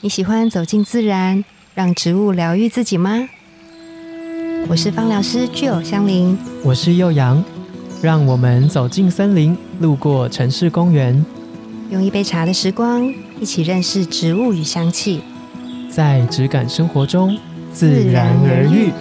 你喜欢走进自然，让植物疗愈自己吗？我是芳疗师具有香林，我是幼阳，让我们走进森林，路过城市公园，用一杯茶的时光，一起认识植物与香气。在质感生活中自然而愈。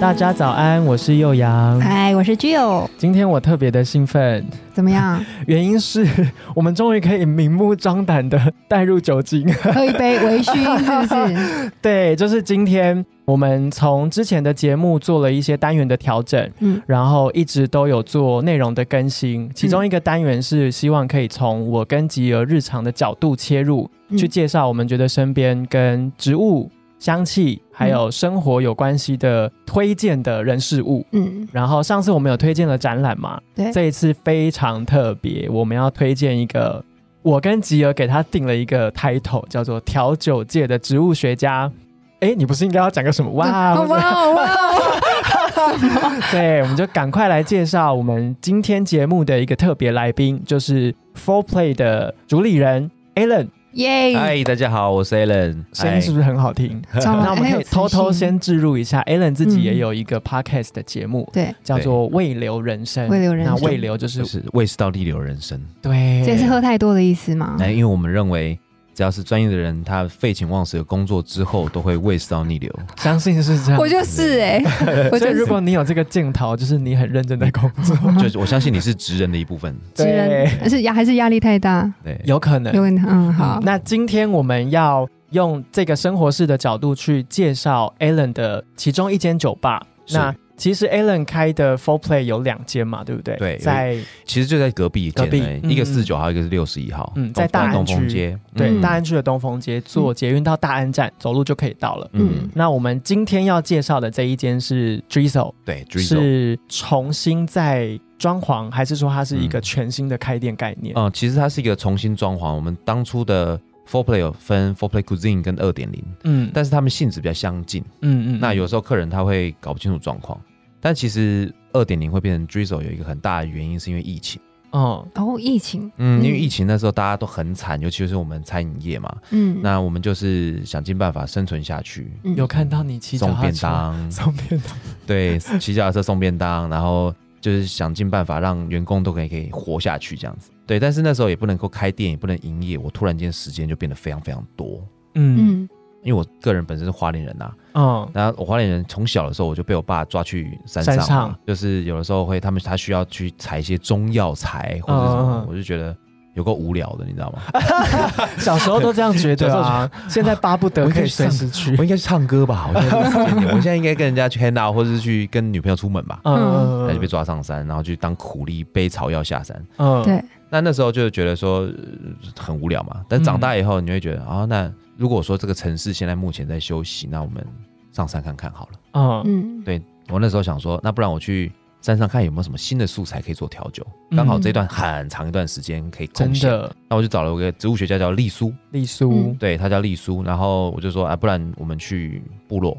大家早安，我是幼阳。嗨，我是具有，今天我特别的兴奋，怎么样？原因是 我们终于可以明目张胆的带入酒精。 喝一杯微醺是对，就是今天我们从之前的节目做了一些单元的调整，嗯嗯，然后一直都有做内容的更新。其中一个单元是希望可以从我跟吉儿日常的角度切入，不是？去介绍我们觉得身边跟植物、香气还有生活有关系的推荐的人事物。嗯，然后上次我们有推荐了展览嘛，对这一次非常特别，我们要推荐一个。我跟吉儿给他定了一个 title，叫做“调酒界的植物学家”。哎，你不是应该要讲个什么？哇，哦哇哦哇哦！ 对，我们就赶快来介绍我们今天节目的一个特别来宾，就是 Four Play 的主理人哎 Alan，耶，嗨，大家好，我是 Alan。声音是不是很好听？超那我很哦们可哎有以偷磁偷性先置入一下，Alan 自己也嗯有一个 podcast 的节目，对，叫做《未流人生》。未流人生那未流就是就是胃食道逆流人生。哎对，这是喝太多的意思吗？那因为我们认为，只要是专业的人，他废寝忘食的工作之后，都会胃食道逆流。 相信是这样。我就是哎，我所就以如是果你有这个镜头，就是你很认真的工 作，就是我相信你是职人的一部分。直人，是压还是压力太大？对，有可能有。问题？嗯，好嗯，那今天我们要用这个生活式的角度去介绍 Alan 的其中一间酒吧。是那其实 Alan 开的 Four Play 有两间嘛，对不对？对有一在其实就在隔壁一间隔壁而已，嗯一个四十九号，一个是六十一号。嗯东在大安东风区街。对、嗯大安区的东风街，坐捷运到大安站，走路就可以到了。嗯，那我们今天要介绍的这一间是 Drizzle，对 d r i z z 是重新在装潢，还是说它是一个嗯全新的开店概念？嗯，其实它是一个重新装潢。我们当初的 Four Play 有分 Four Play Cuisine 跟二点零，嗯但是他们性质比较相近。嗯嗯，那有时候客人他会搞不清楚状况，但其实二点零会变成 Drizzle 有一个很大的原因是因为疫情。哦，哦，疫情，嗯，因为嗯疫情那时候大家都很惨，尤其是我们餐饮业嘛，嗯，那我们就是想尽办法生存下去，嗯有看到你骑脚送踏便车，当，送便当，对，骑脚踏车送便当，然后就是想尽办法让员工都可以可以活下去这样子。对，但是那时候也不能够开店，也不能营业，我突然间时间就变得非常非常多，嗯嗯，因为我个人本身是花莲人呐、啊，嗯然后我花莲人从小的时候我就被我爸抓去山上山嘛，上就是有的时候会他们他需要去采一些中药材或者是嗯什嗯么嗯，我就觉得有够无聊的，你知道吗？ 小时候都这样觉得啊，现在巴不得可以随时去 我。应该去唱歌吧，我现 在这个时间点我现在应该跟人家去 hang out，或者是去跟女朋友出门吧。嗯他就被抓上山，然后去当苦力背草药下山。嗯对，那那时候就觉得说、呃很无聊嘛。但长大以后，你会觉得啊、那如果说这个城市现在目前在休息，那我们上山看看好了。嗯嗯，啊对我那时候想说，那不然我去山上看有没有什么新的素材可以做调酒。嗯刚好这段很长一段时间可以真空闲，的那我就找了一个植物学家叫丽苏，丽苏嗯，对他叫丽苏，然后我就说啊，不然我们去部落，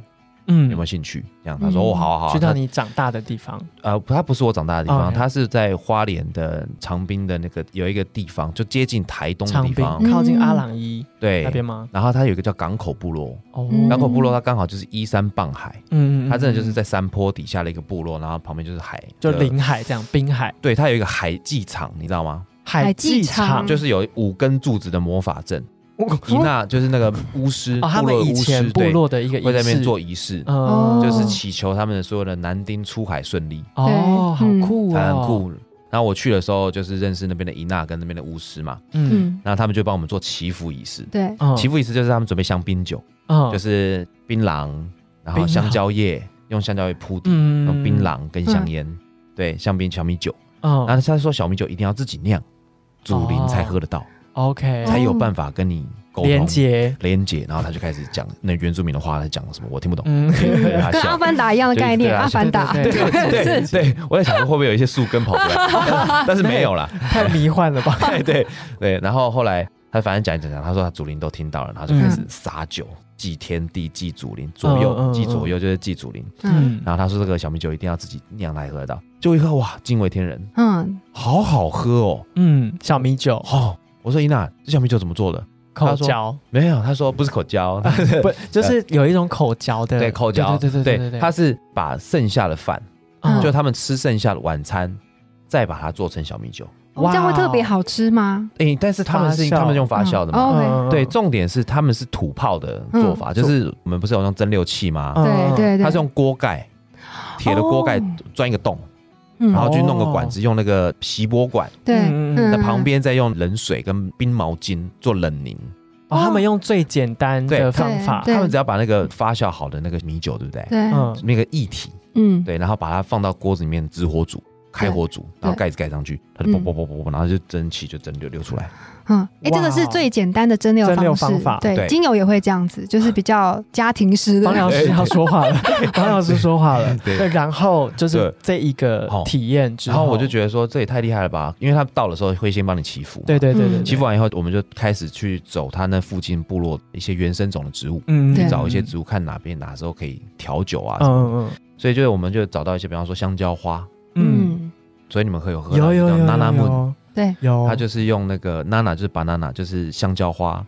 嗯有没有兴趣？这样他说嗯哦，好啊好啊。去到哦他你长大的地方，呃，他不是我长大的地方， OK 他是在花莲的长滨的那个有一个地方，就接近台东的长地滨方嗯，靠近阿朗伊对那。边吗？然后他有一个叫港口部落，哦，嗯港口部落它刚好就是依山傍海，嗯它真的就是在山坡底下的一个部落，然后旁边就是海，就呃临海这样，滨海对，它有一个海祭场，你知道吗？海祭祭场场， 哦就是有五根柱子的魔法阵， 一那就是那个巫师，哦，他部们落的以巫前师部对，落的一个仪式会在那边做，仪式，嗯就是哦祈求他们的所有的男丁出海顺利。哦，好对嗯酷哦，他很，酷。然后我去的时候，就是认识那边的伊娜跟那边的巫师嘛，嗯嗯，然后他们就帮我们做祈福仪式。对，嗯祈福仪式就是他们准备香槟酒，嗯就是槟榔，然后槟榔香蕉叶，用香蕉叶铺底，嗯用槟，榔跟香烟，对，香槟、小米酒。嗯然后他说小米酒一定要自己哦酿，祖灵才喝得到， ，OK，才有办法跟你沟通哦连接，连接。然后他就开始讲那原住民的话，他讲什么我听不懂， 嗯，对 他跟阿笑。凡达一样的概念，对啊阿凡达，对对对是对对对，我在想说会不会有一些树根跑出来， 但是没有啦。 太迷幻 了吧？对对对，然后后来他反正讲一讲讲，他说他祖灵都听到了，然后就开始撒酒，祭天地，祭祖灵，左右、嗯嗯嗯祭左右就是祭祖灵。嗯然后他说这个小米酒一定要自己酿来喝得到，就一喝哇，惊为天人，嗯，好好喝哦，嗯，小米酒，哦，我说伊娜，这橡皮球怎么做嗯的？口嚼，没有，他说不是口 胶，不就是有一种口嚼的，对口胶，对对对对对，他是把剩下的饭，嗯就他们吃剩下的晚餐，再把它做成小米酒。哦这样会特别好吃吗？诶，但是他们是发酵他们用发酵的嘛？哦嗯对，重点是他们是土泡的做嗯法，就是我们不是有用蒸馏器吗？嗯对对对，它是用锅盖，铁的锅盖哦钻一个洞，然嗯，后去弄个哦管子，用那个锡箔管，对，嗯嗯嗯嗯那旁边再用冷水跟冰毛巾做冷凝。哦他们用最简单的对方法，对他们只要把那个发酵好的那个米酒，对不对？对，嗯那个液体，嗯，对，然后把它放到锅子里面直火煮，开火煮，然后盖子盖上去，它就啵啵啵啵啵，然后就蒸汽就蒸流流出来。嗯，哎，这哇个是最简单的蒸馏蒸馏方方式，法对，对精油也会这样子，就是比较家庭式的方。老师要说话了， 方老师说话了。对对，然后就是对这一个好体验之然后，后我就觉得说这也太厉害了吧，因为他到的时候会先帮你祈福嘛，对对对对，嗯祈福完以后，我们就开始去走他那附近部落一些原生种的植物，嗯对去找一些植物，看哪边哪时候可以调酒啊。嗯嗯所以就是我们就找到一些，比方说香蕉花，嗯嗯，所以你们会有喝嗯，有到有有娜娜木，木，对，有，它就是用那个娜娜就是 banana 就是香蕉花，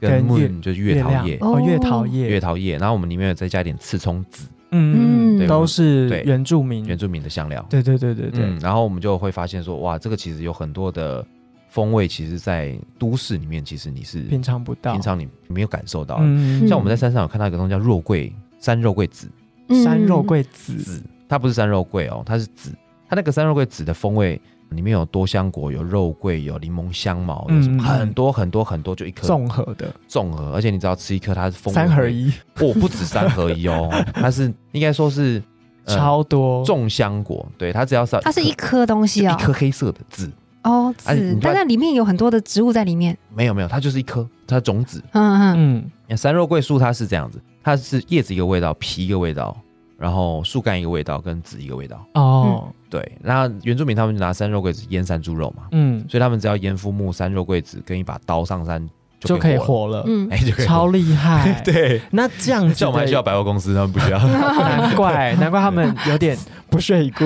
跟跟月 moon 就是月桃叶亮，哦，月桃月叶，桃叶，然后我们里面有再加一点刺葱籽，嗯嗯嗯，都是对原住民，原住民的香料。对对对对对嗯，，然后我们就会发现说，哇，这个其实有很多的风味，其实，在都市里面，其实你是品尝不到，平常你没有感受到的。嗯，嗯，像我们在山上有看到一个东西叫肉桂，山肉桂籽嗯嗯山肉，桂籽，籽，它不是山肉桂哦，它是籽。它那个山肉桂籽的风味里面有多香果，有肉桂，有柠檬香茅，有什嗯么很多很多很多，就一颗综合的综合，而且你只要吃一颗，它是风味三合，一，哦，不止三合 一哦，它是应该说是、呃超多，种香果，对，它只要是它是一颗颗东就西一哦，颗黑色的籽，哦，哎你籽就，但按那里面有很多的植物在里面，没有没有，它就是一颗，它种子。嗯嗯嗯山肉桂树它是这样子，它是叶子一个味道，皮一个味道，然后树干一个味道，跟籽一个味道。哦，对，那原住民他们就拿山肉桂子腌山猪肉嘛，嗯，所以他们只要腌枯木、山肉桂子跟一把刀上山就就可以火火了，了，嗯哎、就可以超火。，厉害 对，那这样子像我们还的需要百货公司，他们不需 要。难 怪，难怪他们有点不屑一顾，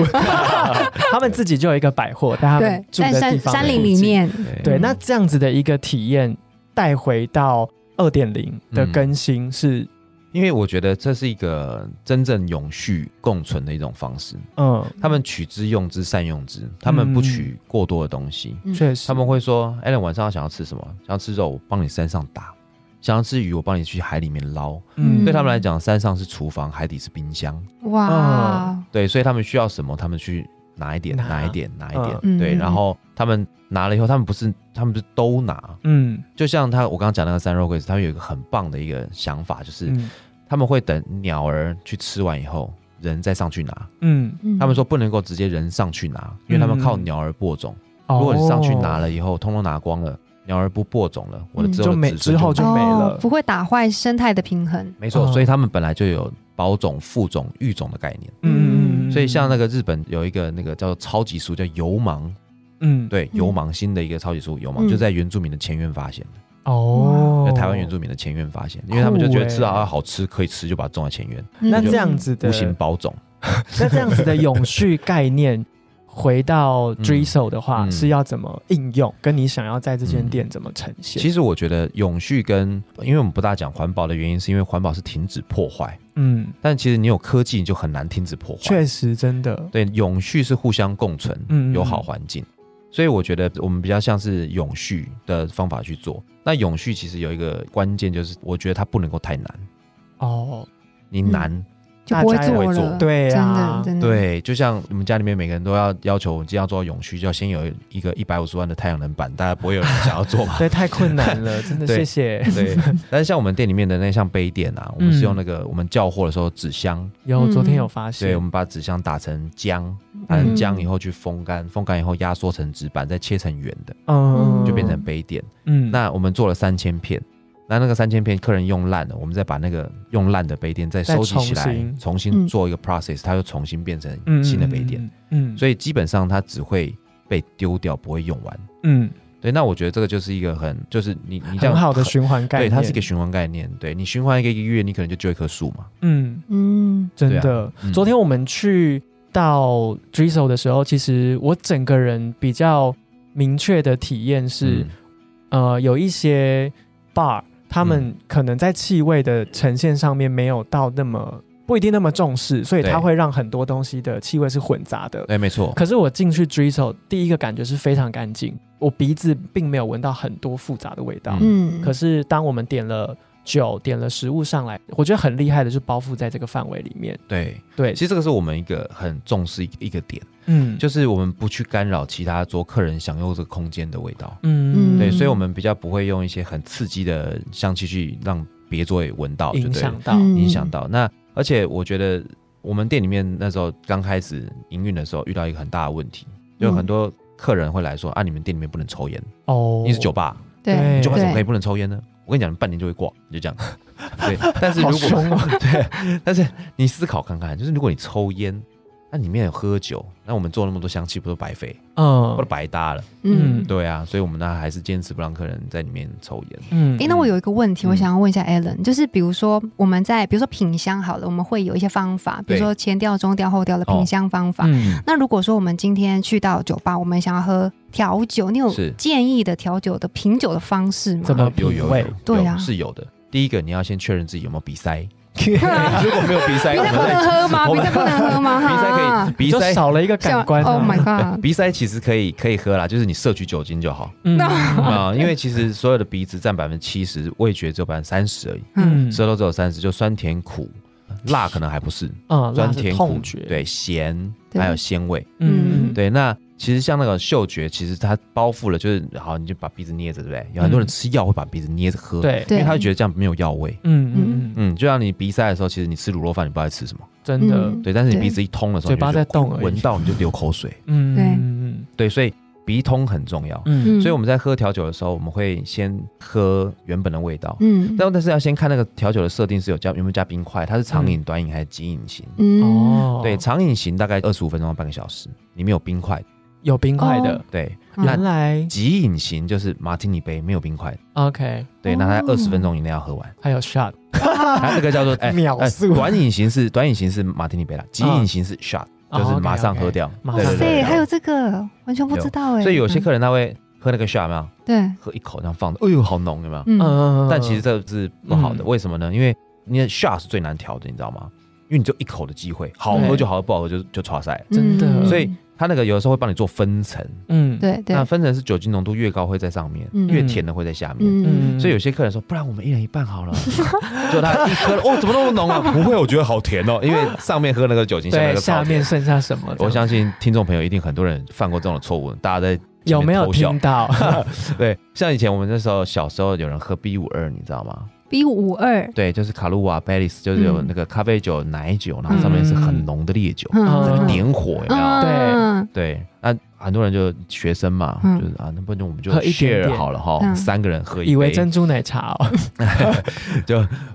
他们自己就有一个百货，但他们对，住在的山地方山的林附里近。面，对，嗯那这样子的一个体验带回到二点零的更新是，因为我觉得这是一个真正永续共存的一种方式。嗯，他们取之用之，善用之，他们不取过多的东西。嗯确实，他们会说 a l n 晚上想要吃什么？想要吃肉，我帮你山上打；想要吃鱼，我帮你去海里面捞。嗯对他们来讲，山上是厨房，海底是冰箱。哇，对，所以他们需要什么，他们去拿一点，拿拿一点，拿一点。嗯对，然后他们拿了以后，他们不是，他们不是都拿。嗯，就像他我刚刚讲那个三肉桂子，他们有一个很棒的一个想法，就是嗯他们会等鸟儿去吃完以后，人再上去拿。嗯，嗯他们说不能够直接人上去拿，因为他们靠嗯鸟儿播种。如如果你上哦去拿了以后，通通拿光了，鸟儿不播种了，我的嗯之就后的没子之孙后就没了哦不会打坏生态的平衡，没错，哦所以他们本来就有保种、复种、育种的概念。嗯所以像那个，个日本有一个那个叫超级书叫油芒，嗯，，对，油芒新的一个超级书油嗯芒，就在原住民的前院发现的，哦在，台湾原住民的前院发现，因为他们就觉得酷欸吃啊好吃可以吃，就把它种在前院，嗯那这样子的无，形保种。那这样子的永续概念。回到嗯 d r i s o 的话、嗯是要怎么应用？跟你想要在这间嗯店怎么呈现？其实我觉得永续跟，因为我们不大讲环保的原因，是因为环保是停止破坏，嗯，但其实你有科技，你就很难停止破坏。确实真的，对，永续是互相共存，嗯嗯友好环境。所以我觉得我们比较像是永续的方法去做。那永续其实有一个关键，就是我觉得它不能够太难，哦，你难，就不会大家也做会做了，对啊真的真的，对，就像我们家里面每个人都要要求，既要做到永续，就要先有一个一百五十万的太阳能板，大家不会有人想要做 嘛。对，太困难了，真的，对谢谢。 对，但是像我们店里面的那像杯垫啊，我们是嗯用那个我们叫货的时候纸箱， 有，昨天有发对，现我，们把纸箱打成浆，嗯打嗯成浆以后去风干，风干以后压缩成纸板，再切成圆的，嗯，就变成杯垫。嗯，那我们做了三千片，那那个三千片客人用烂了，我们再把那个用烂的杯垫再收集起来，再重重新新嗯做一个 process，它又重新变成嗯新的杯垫。，嗯，所以以基本上它只会被丢掉，不会用完。嗯，对，那我觉得这个就是一个很，就是你你这样很好的循环概对，念，它是一个循环概念。对你循环一个一个月，你可能就救一棵树嘛。嗯，嗯，真对的啊。嗯昨天我们去到 Drizzle 的时候，其实我整个人比较明确的体验是，嗯呃，有一些 bar 他们可能在气味的呈现上面没有到那么不一定那么重视，所以对它会让很多东西的气味是混杂的。对，没错，可是我进去 drizzle，第一个感觉是非常干净，我鼻子并没有闻到很多复杂的味道。嗯，可是当我们点了酒、点了食物上来，我觉得很厉害的，就包覆在这个范围里面。对。对，其实这个是我们一个很重视一一个点，嗯就是我们不去干扰其他桌客人享用这个空间的味道。嗯对，嗯所以我们比较不会用一些很刺激的香气去让别桌也闻到，就影对了响到，嗯影响到。那而且我觉得我们店里面那时候刚开始营运的时候，遇到一个很大的问题，嗯就很多客人会来说啊，你们店里面不能抽烟，哦你是酒吧，对对酒吧怎么可以对，不能抽烟呢？我跟你讲，你半年就会挂，你就这样。对，但是好如果 凶啊！但是你思考看看，就是如果你抽烟，那里面有喝酒，那我们做那么多香气不都白费，不都嗯，白搭了？嗯嗯。对啊，所以我们呢还是坚持不让客人在里面抽烟。嗯诶，那我有一个问题，嗯我想要问一下 Alan，就是比如说我们在比如说品香好了，我们会有一些方法，比对如说前调、中调、后调的哦品香方法。嗯那如果说我们今天去到酒吧，我们想要喝调酒，你有是建议的调酒的品酒的方式吗？怎么啊有有品味有，对啊有是有的。第一个你要先确认自己有没有鼻塞， 如果没有鼻塞，比我赛不们能再喝吗？ 我比们赛不能喝吗？啊鼻塞可以， 鼻就塞少了一个感官啊。 Oh my god！鼻塞其实可以可以喝啦，就是你摄取酒精就好嗯啊、因为其实所有的鼻子占百分之七十，味觉只有百分之三十而已，嗯，舌头只有三十，就酸甜苦。辣可能还不是，嗯，酸辣是甜苦痛觉，，对咸对还有鲜味，嗯，对。那其实像那个嗅觉，其实它包覆了，就是好，你就把鼻子捏着，对不对？有很多嗯人吃药会把鼻子捏着喝，，对，对因为他会觉得这样没有药味。嗯嗯嗯，嗯，就像你鼻塞的时候，其实你吃卤肉饭，你不知道在吃什么，真的，嗯对，但是你对鼻子一通的时候，嘴巴你就在动而已闻到你就流口水，嗯，对嗯对，所以鼻通很重要。嗯嗯所以我们在喝调酒的时候，我们会先喝原本的味道，嗯但但是要先看那个调酒的设定是有加有没有加冰块，它是长饮、短饮还是极饮型？嗯，嗯哦，对，长饮型大概二十五分钟到半个小时，里面有冰块。有冰块的哦，对，嗯那原来极饮型就是马提尼杯没有冰块， OK，对，那它哦二十分钟以内要喝完。还有 shot，它这个叫做哎啊秒哎速啊短饮型是短饮型是马提尼杯啦，极饮型是 shot，哦就是 OK，马上喝 OK 掉。马对哇上对对塞，对还有这个完全不知道哎。所以有些嗯客人他会喝那个 shot 有没有？对，喝一口这样放着，哎呦好浓有没有？嗯嗯嗯，嗯但其实这是不好的，嗯为什么呢？因为你的 shot 是最难调的，你知道吗？因为你只有一口的机会，好对喝就好喝，不好喝就就垮塞了。真的嗯所以它那个有的时候会帮你做分层，嗯，对对那，分层是酒精浓度越高会在上面，嗯越甜的会在下 Ừ. 面。嗯所以有些客人说，不然我们一人一半 好了，就他一喝，哦，怎么那么浓啊？ 不会，我觉得好甜哦，因为上面喝那个酒精，下对面那个下超面甜。剩下什么？我相信听众朋友一定很多人犯过这种错误，大家在有没有偷笑听到？ 对，像以前我们那时候小时候有人喝 B 五二，你知道吗？ B 五二，对，就是卡露瓦、贝利斯，就是有那个咖啡酒、奶酒，然后上面是很浓的烈酒，Ờ, 嗯点火有没有？嗯对，那很多人就学生嘛，嗯就是啊，那不然我们就喝一点 share 点好了哈，嗯三个人喝一杯。以为珍珠奶茶哦，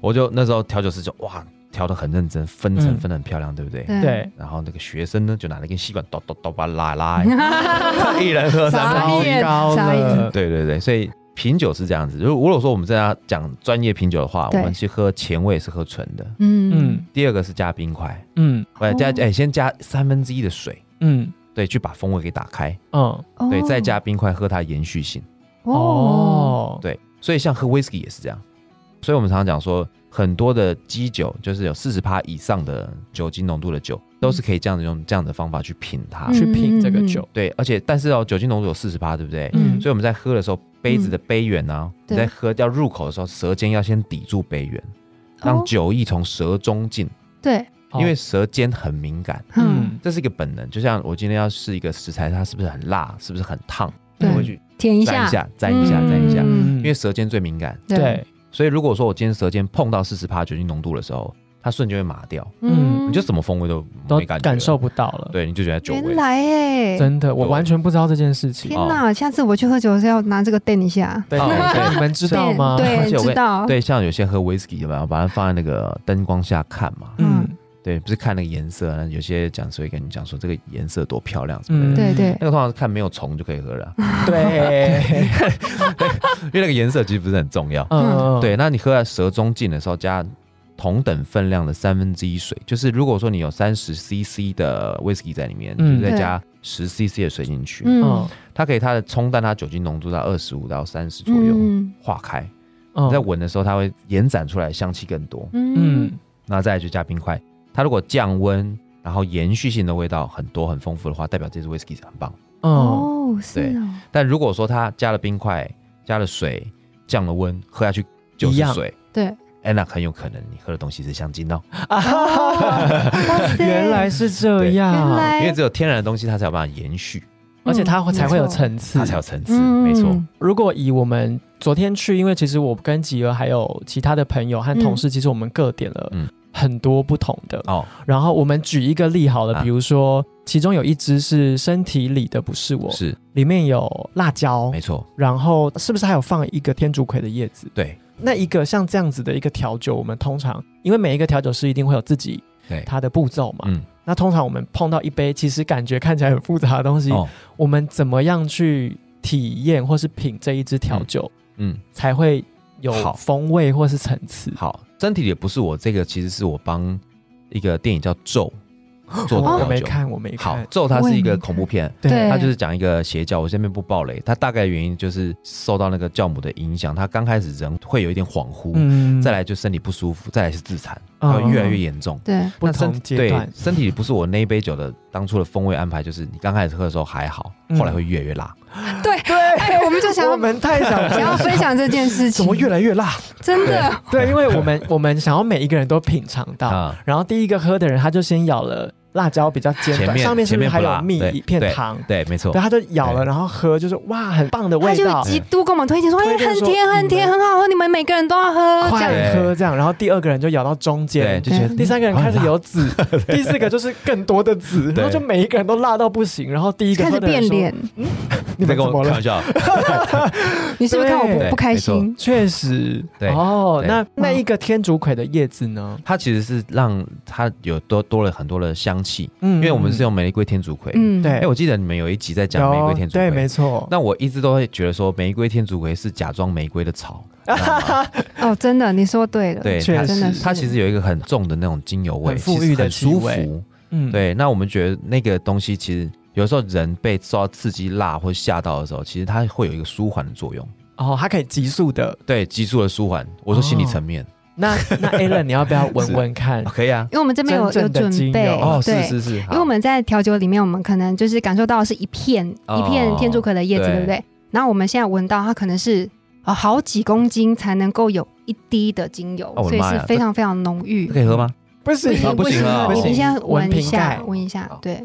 我就那时候调酒师就哇，调的很认真，分层嗯分的很漂亮，对不对？对对，然后那个学生呢，就拿了一根吸管，叨叨叨把它拉 拉，一人喝三傻杯。眼糟糕傻了眼，对对对，所以品酒是这样子。如果如果说我们真的要讲专业品酒的话，我对们去喝前味是喝纯的，嗯嗯第二个是加冰块，嗯呃，加哦哎、先加三分之一的水，嗯对，去把风味给打开，嗯，嗯对，再加冰块喝它的延续性，哦，对，所以像喝 whisky 也是这样，所以我们常常讲说，很多的基酒就是有四十趴以上的酒精浓度的酒，都是可以这样子用这样的方法去品它，嗯去品这个酒，对，而且但是哦，酒精浓度有四十趴，对不对？嗯所以我们在喝的时候，杯子的杯缘呢、对你在喝要入口的时候，舌尖要先抵住杯缘，让哦酒液从舌中进，对，哦因为舌尖很敏感。嗯，嗯这是一个本能，就像我今天要试一个食材，它是不是很辣，是不是很烫，对我会去舔一沾下一，下、沾一下、嗯沾一下，嗯因为舌尖最敏感。对，所以如果说我今天舌尖碰到四十帕酒精浓度的时候，它瞬间会麻掉，嗯，你就什么风味都都没感觉感受了，不到了。对，你就觉得酒味原。来哎，真的，我对完全不知道这件事情天。哪！下次我去喝酒的时候要拿这个垫一下，对，哦对你们知道吗？对而，且我跟知道，对，像有些喝 whisky 有没有把它放在那个灯光下看嘛？嗯对，不是看那个颜色，啊那有些讲师会跟你讲说这个颜色多漂亮什嗯么的。对对，那个通常是看没有虫就可以喝 了，嗯 对，因为那个颜色其实不是很重要。嗯，对，那你喝在舌中进的时候加同等分量的三分之一水，就是如果说你有三十 CC 的 whisky 在里面，嗯就是再加十 CC 的水进去，嗯嗯它可以它的冲淡它酒精浓度到二十五到三十左右、嗯化开，嗯你在闻的时候它会延展出来香气更多，嗯嗯那再来就加冰块。它如果降温，然后延续性的味道很多很丰富的话，代表这支 whisky 很棒。嗯哦，是对哦，但如果说它加了冰块、加了水、降了温，喝下去就一是样水， 对，哎，那很有可能你喝的东西是香精哦，啊哈哈，哇塞原来啊是这原样，来，因为只有天然的东西它才有办法延续，而且它嗯才会有没错层次它，才有层次，没错。嗯如果以我们昨天去，因为其实我跟吉儿还有其他的朋友和同事，其实我们各点了嗯很多不同的。哦，然后我们举一个例好了，啊比如说其中有一支是身体里的不是我，是里面有辣椒没，错，然后是不是还有放一个天竺葵的叶子？对那一个像这样子的一个调酒，我们通常因为每一个调酒师一定会有自己对，它的步骤嘛，嗯，那通常我们碰到一杯其实感觉看起来很复杂的东西，哦，我们怎么样去体验或是品这一支调酒？嗯，才会有好风味或是层次。好，身体也不是我这个，其实是我帮一个电影叫《咒》做的哦我调没酒。看，我没好，看《。咒》它我是也一个没恐怖片，对它就是讲一个邪教，我下面不爆雷。它大概原因就是受到那个教母的影响，他刚开始人会有一点恍惚，嗯再来就身体不舒服，再来是自残，嗯它会越来越严重。嗯对，不那身同阶段对，身体不是我那一杯酒的当初的风味安排，就是你刚开始喝的时候还好，嗯后来会越来越辣。对，哎，我们就想我要们太想想要分享这件事怎情么，越来越辣？真的， 对，因为我们 我们想要每一个人都品尝到。啊，然后第一个喝的人，他就先咬了辣椒比较尖前短，面上面是不是前面还不有辣蜜对一片对糖？对，没错对，。他就咬了，对然后喝，就是哇，很棒的他味就道，极度跟我们推荐说，哎，推荐很说甜，很嗯甜，很好喝，你们每个人都要喝，这样，快喝这样。然后第二个人就咬到中对，间，就觉嗯得第三个人好开很始辣有 籽，第四个就是更多的籽，然后就对每一个人都辣到不行。然后第一个开喝始的人变说脸，你在们跟怎我么开了玩？笑，你是不是看我对不不开没错心？确实，对哦，对那那一个天竺葵的叶子呢？它其实是让它有多多了很多的香气，嗯因为我们是用玫瑰天竺葵。嗯，对哎、我记得你们有一集在讲嗯有玫瑰天竺对，没葵，错。那我一直都会觉得说玫瑰天竺葵是假装玫瑰 的草，你知道吗哦，真的，你说对了，对，确它实真的是它其实有一个很重的那种精油味，很馥其实郁的很气舒味服。嗯，对，那我们觉得那个东西其实有时候人被受到刺激、辣或吓到的时候，其实它会有一个舒缓的作用，哦，它可以急速的。对，激素的舒缓。我说心哦理层面、那那 Alan，你要不要闻闻看啊？可以啊。因为我们这边有有真正的准精油备，哦，是对。是是，因为我们在调酒里面，我们可能就是感受到的是一片、哦一片天竺葵的叶子，对对不对？然后我们现在闻到它可能是啊、呃好几公斤才能够有一滴的精油，哦我所的以妈呀是非常非常浓郁好可。以喝吗？不行啊不行啊你不行你现在闻闻一瓶下盖，闻一下好，对，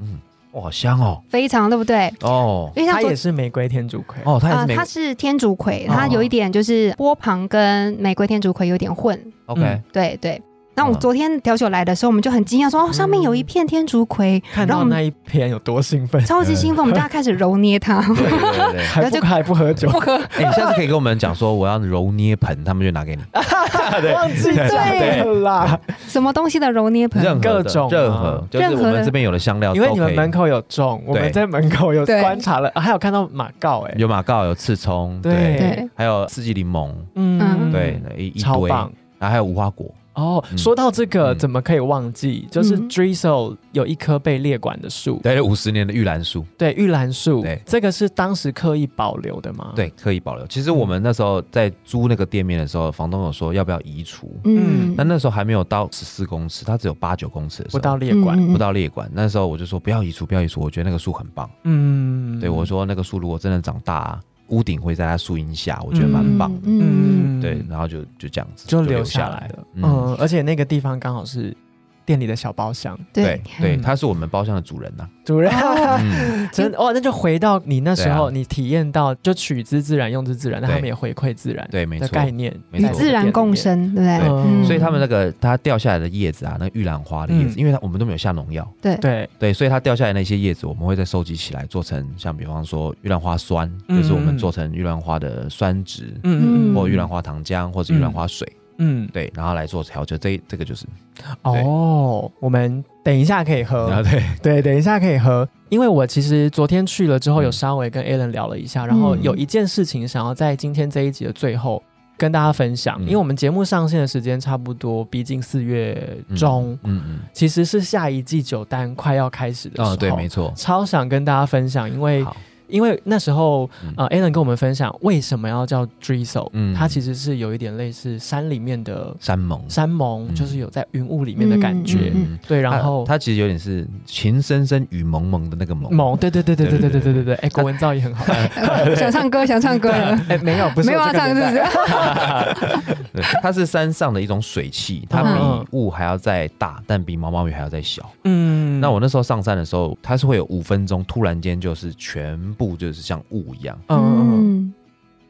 嗯，哇，好香哦，非常对不对？哦因为像它昨也是玫瑰天竺葵。哦，它也啊、是玫它瑰、是天竺葵，它哦有一点就是波旁跟玫瑰天竺葵有点混， OK，嗯对对。那我嗯昨天调酒来的时候，我们就很惊讶说，哦，上面有一片天竺葵，看然后我到们那一篇有多兴奋，超级兴奋，我们大家开始揉捏它，对对 对对。还然后不就还不喝酒 不，喝哎、你下次可以跟我们讲说我要揉捏盆，他们就拿给你。呃忘记讲对了啦。什么东西的揉捏盆，任何各的种啊任何，就是任何我们的这边有的香料都因可以，为你们门口有种，我们对在门口有对观察了，啊还有看到马告，哎，有马告，有刺葱，对对，对，还有四季柠檬，嗯对，一一超堆，然棒后。还有无花果，哦，嗯说到这个，嗯怎么可以忘记？就是嗯 Drizzle 有一棵被列管的树，对，五十年的玉兰树，对，玉兰树对，这个是当时刻意保留的吗？，对，刻意保留。其实我们那时候在租那个店面的时候，房东有说要不要移除，嗯，但那时候还没有到十四公尺，它只有八九公尺的不时候，到列管，嗯不到列管。那时候我就说不要移除，不要移除，我觉得那个树很棒。嗯，对我说那个树如果真的长大，屋顶会在它树荫下，我觉得蛮棒的。嗯，对，然后就就这样子就留留下来来了了。。嗯，嗯，而且那个地方刚好是店里的小包厢，对对，对，嗯它是我们包厢的主人 呐。主任。嗯，真哦，那就回到你那时候，对啊你体验到就取之自然，用之自然，那对他们也回馈自然，对，没的错。概念，没与错自然共。生，对不对对？嗯所以他们那个它掉下来的叶子啊，那玉兰花的叶子，嗯因为它我们都没有下农药，对，对，所以它掉下来那些叶子，我们会再收集起来，做成像比方说玉兰花酸，嗯就是我们做成玉兰花的酸值，嗯或玉兰，花糖浆，或者玉兰花水，嗯，对，然后来做调酒。这这个就是，哦，我们等一下可以喝，然后对，哦对，等一下可以喝，因为我其实昨天去了之后，嗯有稍微跟 Alan 聊了一下，然后有一件事情想要在今天这一集的最后，跟大家分享，嗯因为我们节目上线的时间差不多逼近四月嗯中，嗯嗯，其实是下一季九单快要开始的时候，哦，对，没错，超想跟大家分享，因为好，因为那时候嗯呃 a l a n 跟我们分享为什么要叫 Drizzle，、嗯它其实是有一点类似山里面的山盟山盟，嗯啊就是有在云雾里面的感觉，嗯对，然后它它其实有点是情深深雨蒙蒙的那个蒙，猛，对对对对对对对对对对，哎，国文造诣 很好，想唱歌，想唱歌了，哎，没有，不是没有我要这个唱，是不年代是？ 对，它是山上的一种水汽，它嗯比雾还要再大，但比毛毛雨还要再小。嗯，那我那时候上山的时候，它是会有五分钟，突然间就是全部就是像雾一样，嗯嗯嗯，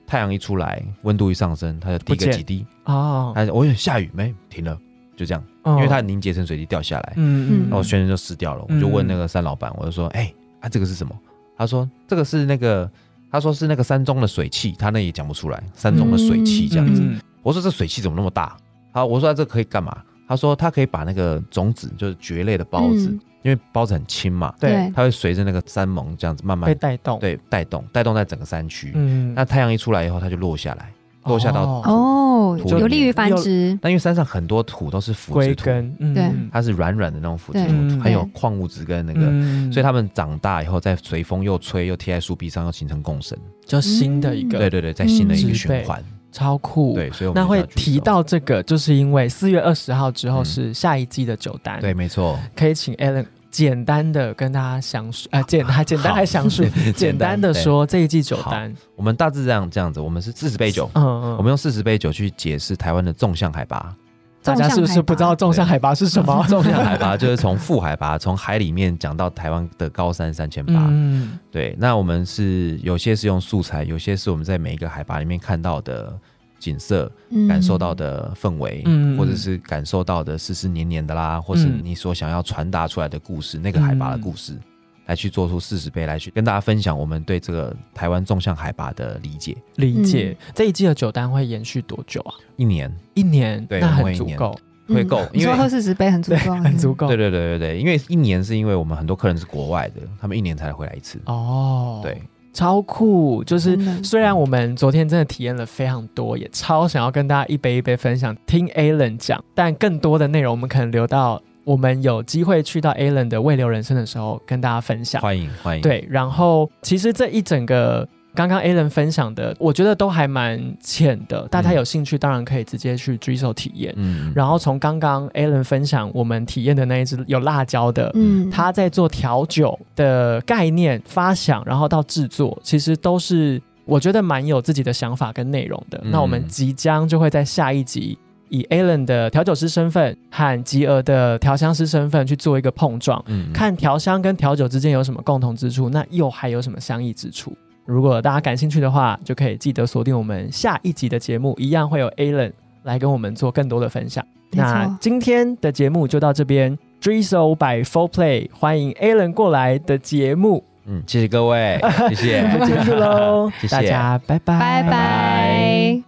太阳一出来，温度一上升，它就滴不个见几滴，嗯哦，它就我有下雨没停了，就这样，因因为哦它凝结成水滴掉下来，嗯那我全身就湿掉了。我就问那个山老板，我就说，哎，啊这个是什么？他说这个是那个。他说是那个山中的水汽，他那也讲不出来，山中的水汽这样子。嗯我说这水汽怎么那么大？他我说、啊、这可以干嘛？他说他可以把那个种子，就是蕨类的孢子，嗯因为孢子很轻嘛，对对，它会随着那个山盟这样子慢被慢带动，，对带动，带动在整个山区。嗯那太阳一出来以后，它就落下来。落下到哦哦，土有利于繁殖，那因为山上很多土都是腐殖归土，根，嗯对嗯它是软软的那种腐殖对土，嗯很有矿物质跟那个，嗯所以它们长大以后，再随风又吹，又贴在树壁上，又形成共生。就新的一个，对对对，在新的一嗯个循环。超酷，。对，所以我们那会要去提走到这个，就是因为四月二十号之后嗯是下一季的九单，对，，没错。 可以请 Alan 简单的跟大家详述，啊， 简还简单好还详 述，简单的对说这一季九单，我们大致这样这样子，我们是四十杯酒，嗯嗯，我们用四十杯酒去解释台湾的纵向海拔。大家是不是不知道纵向海拔是什么？纵向海拔就是从负海拔，从海里面讲到台湾的高山三千八。嗯，对，那我们是有些是用素材，有些是我们在每一个海拔里面看到的景色、嗯感受到，的氛围，嗯或者是感受到的湿湿黏黏的啦，或是嗯你所想要传达出来的故事，那个海拔的故事。来去做出四十杯，来去跟大家分享我们对这个台湾纵向海拔的理解。理解。这一季的九单会延续多久啊？一年一年，对那我很们会一足年够，会够你因为说喝四十杯很足哦对，够，很足够。对对对对对，因为一年是因为我们很多客人是国外的，他们一年才回来一次。哦，对，，超酷，就是真的虽然我们昨天真的体验了非常多，也超想要跟大家一杯一杯分享，听 Alan 讲，但更多的内容我们可能留到我们有机会去到 Alan 的未流人生的时候跟大家分享。欢迎欢迎。，对，然后其实这一整个刚刚 Alan 分享的，我觉得都还蛮浅的，大家有兴趣当然可以直接去追手体验。嗯然后从刚刚 Alan 分享我们体验的那一只有辣椒的，嗯，他在做调酒的概念发想，然后到制作，其实都是我觉得蛮有自己的想法跟内容的。嗯那我们即将就会在下一集以 Alan 的调酒师身份和吉儿的调香师身份去做一个碰撞，嗯，看调香跟调酒之间有什么共同之处，那又还有什么相异之处。如果大家感兴趣的话，就可以记得锁定我们下一集的节目，一样会有 Alan 来跟我们做更多的分享。没错那今天的节目就到这边，Drizzle by Four Play，欢迎 Alan 过来的节目嗯，谢谢各位，谢谢， 就结束喽 ，谢谢大家拜拜，拜拜拜。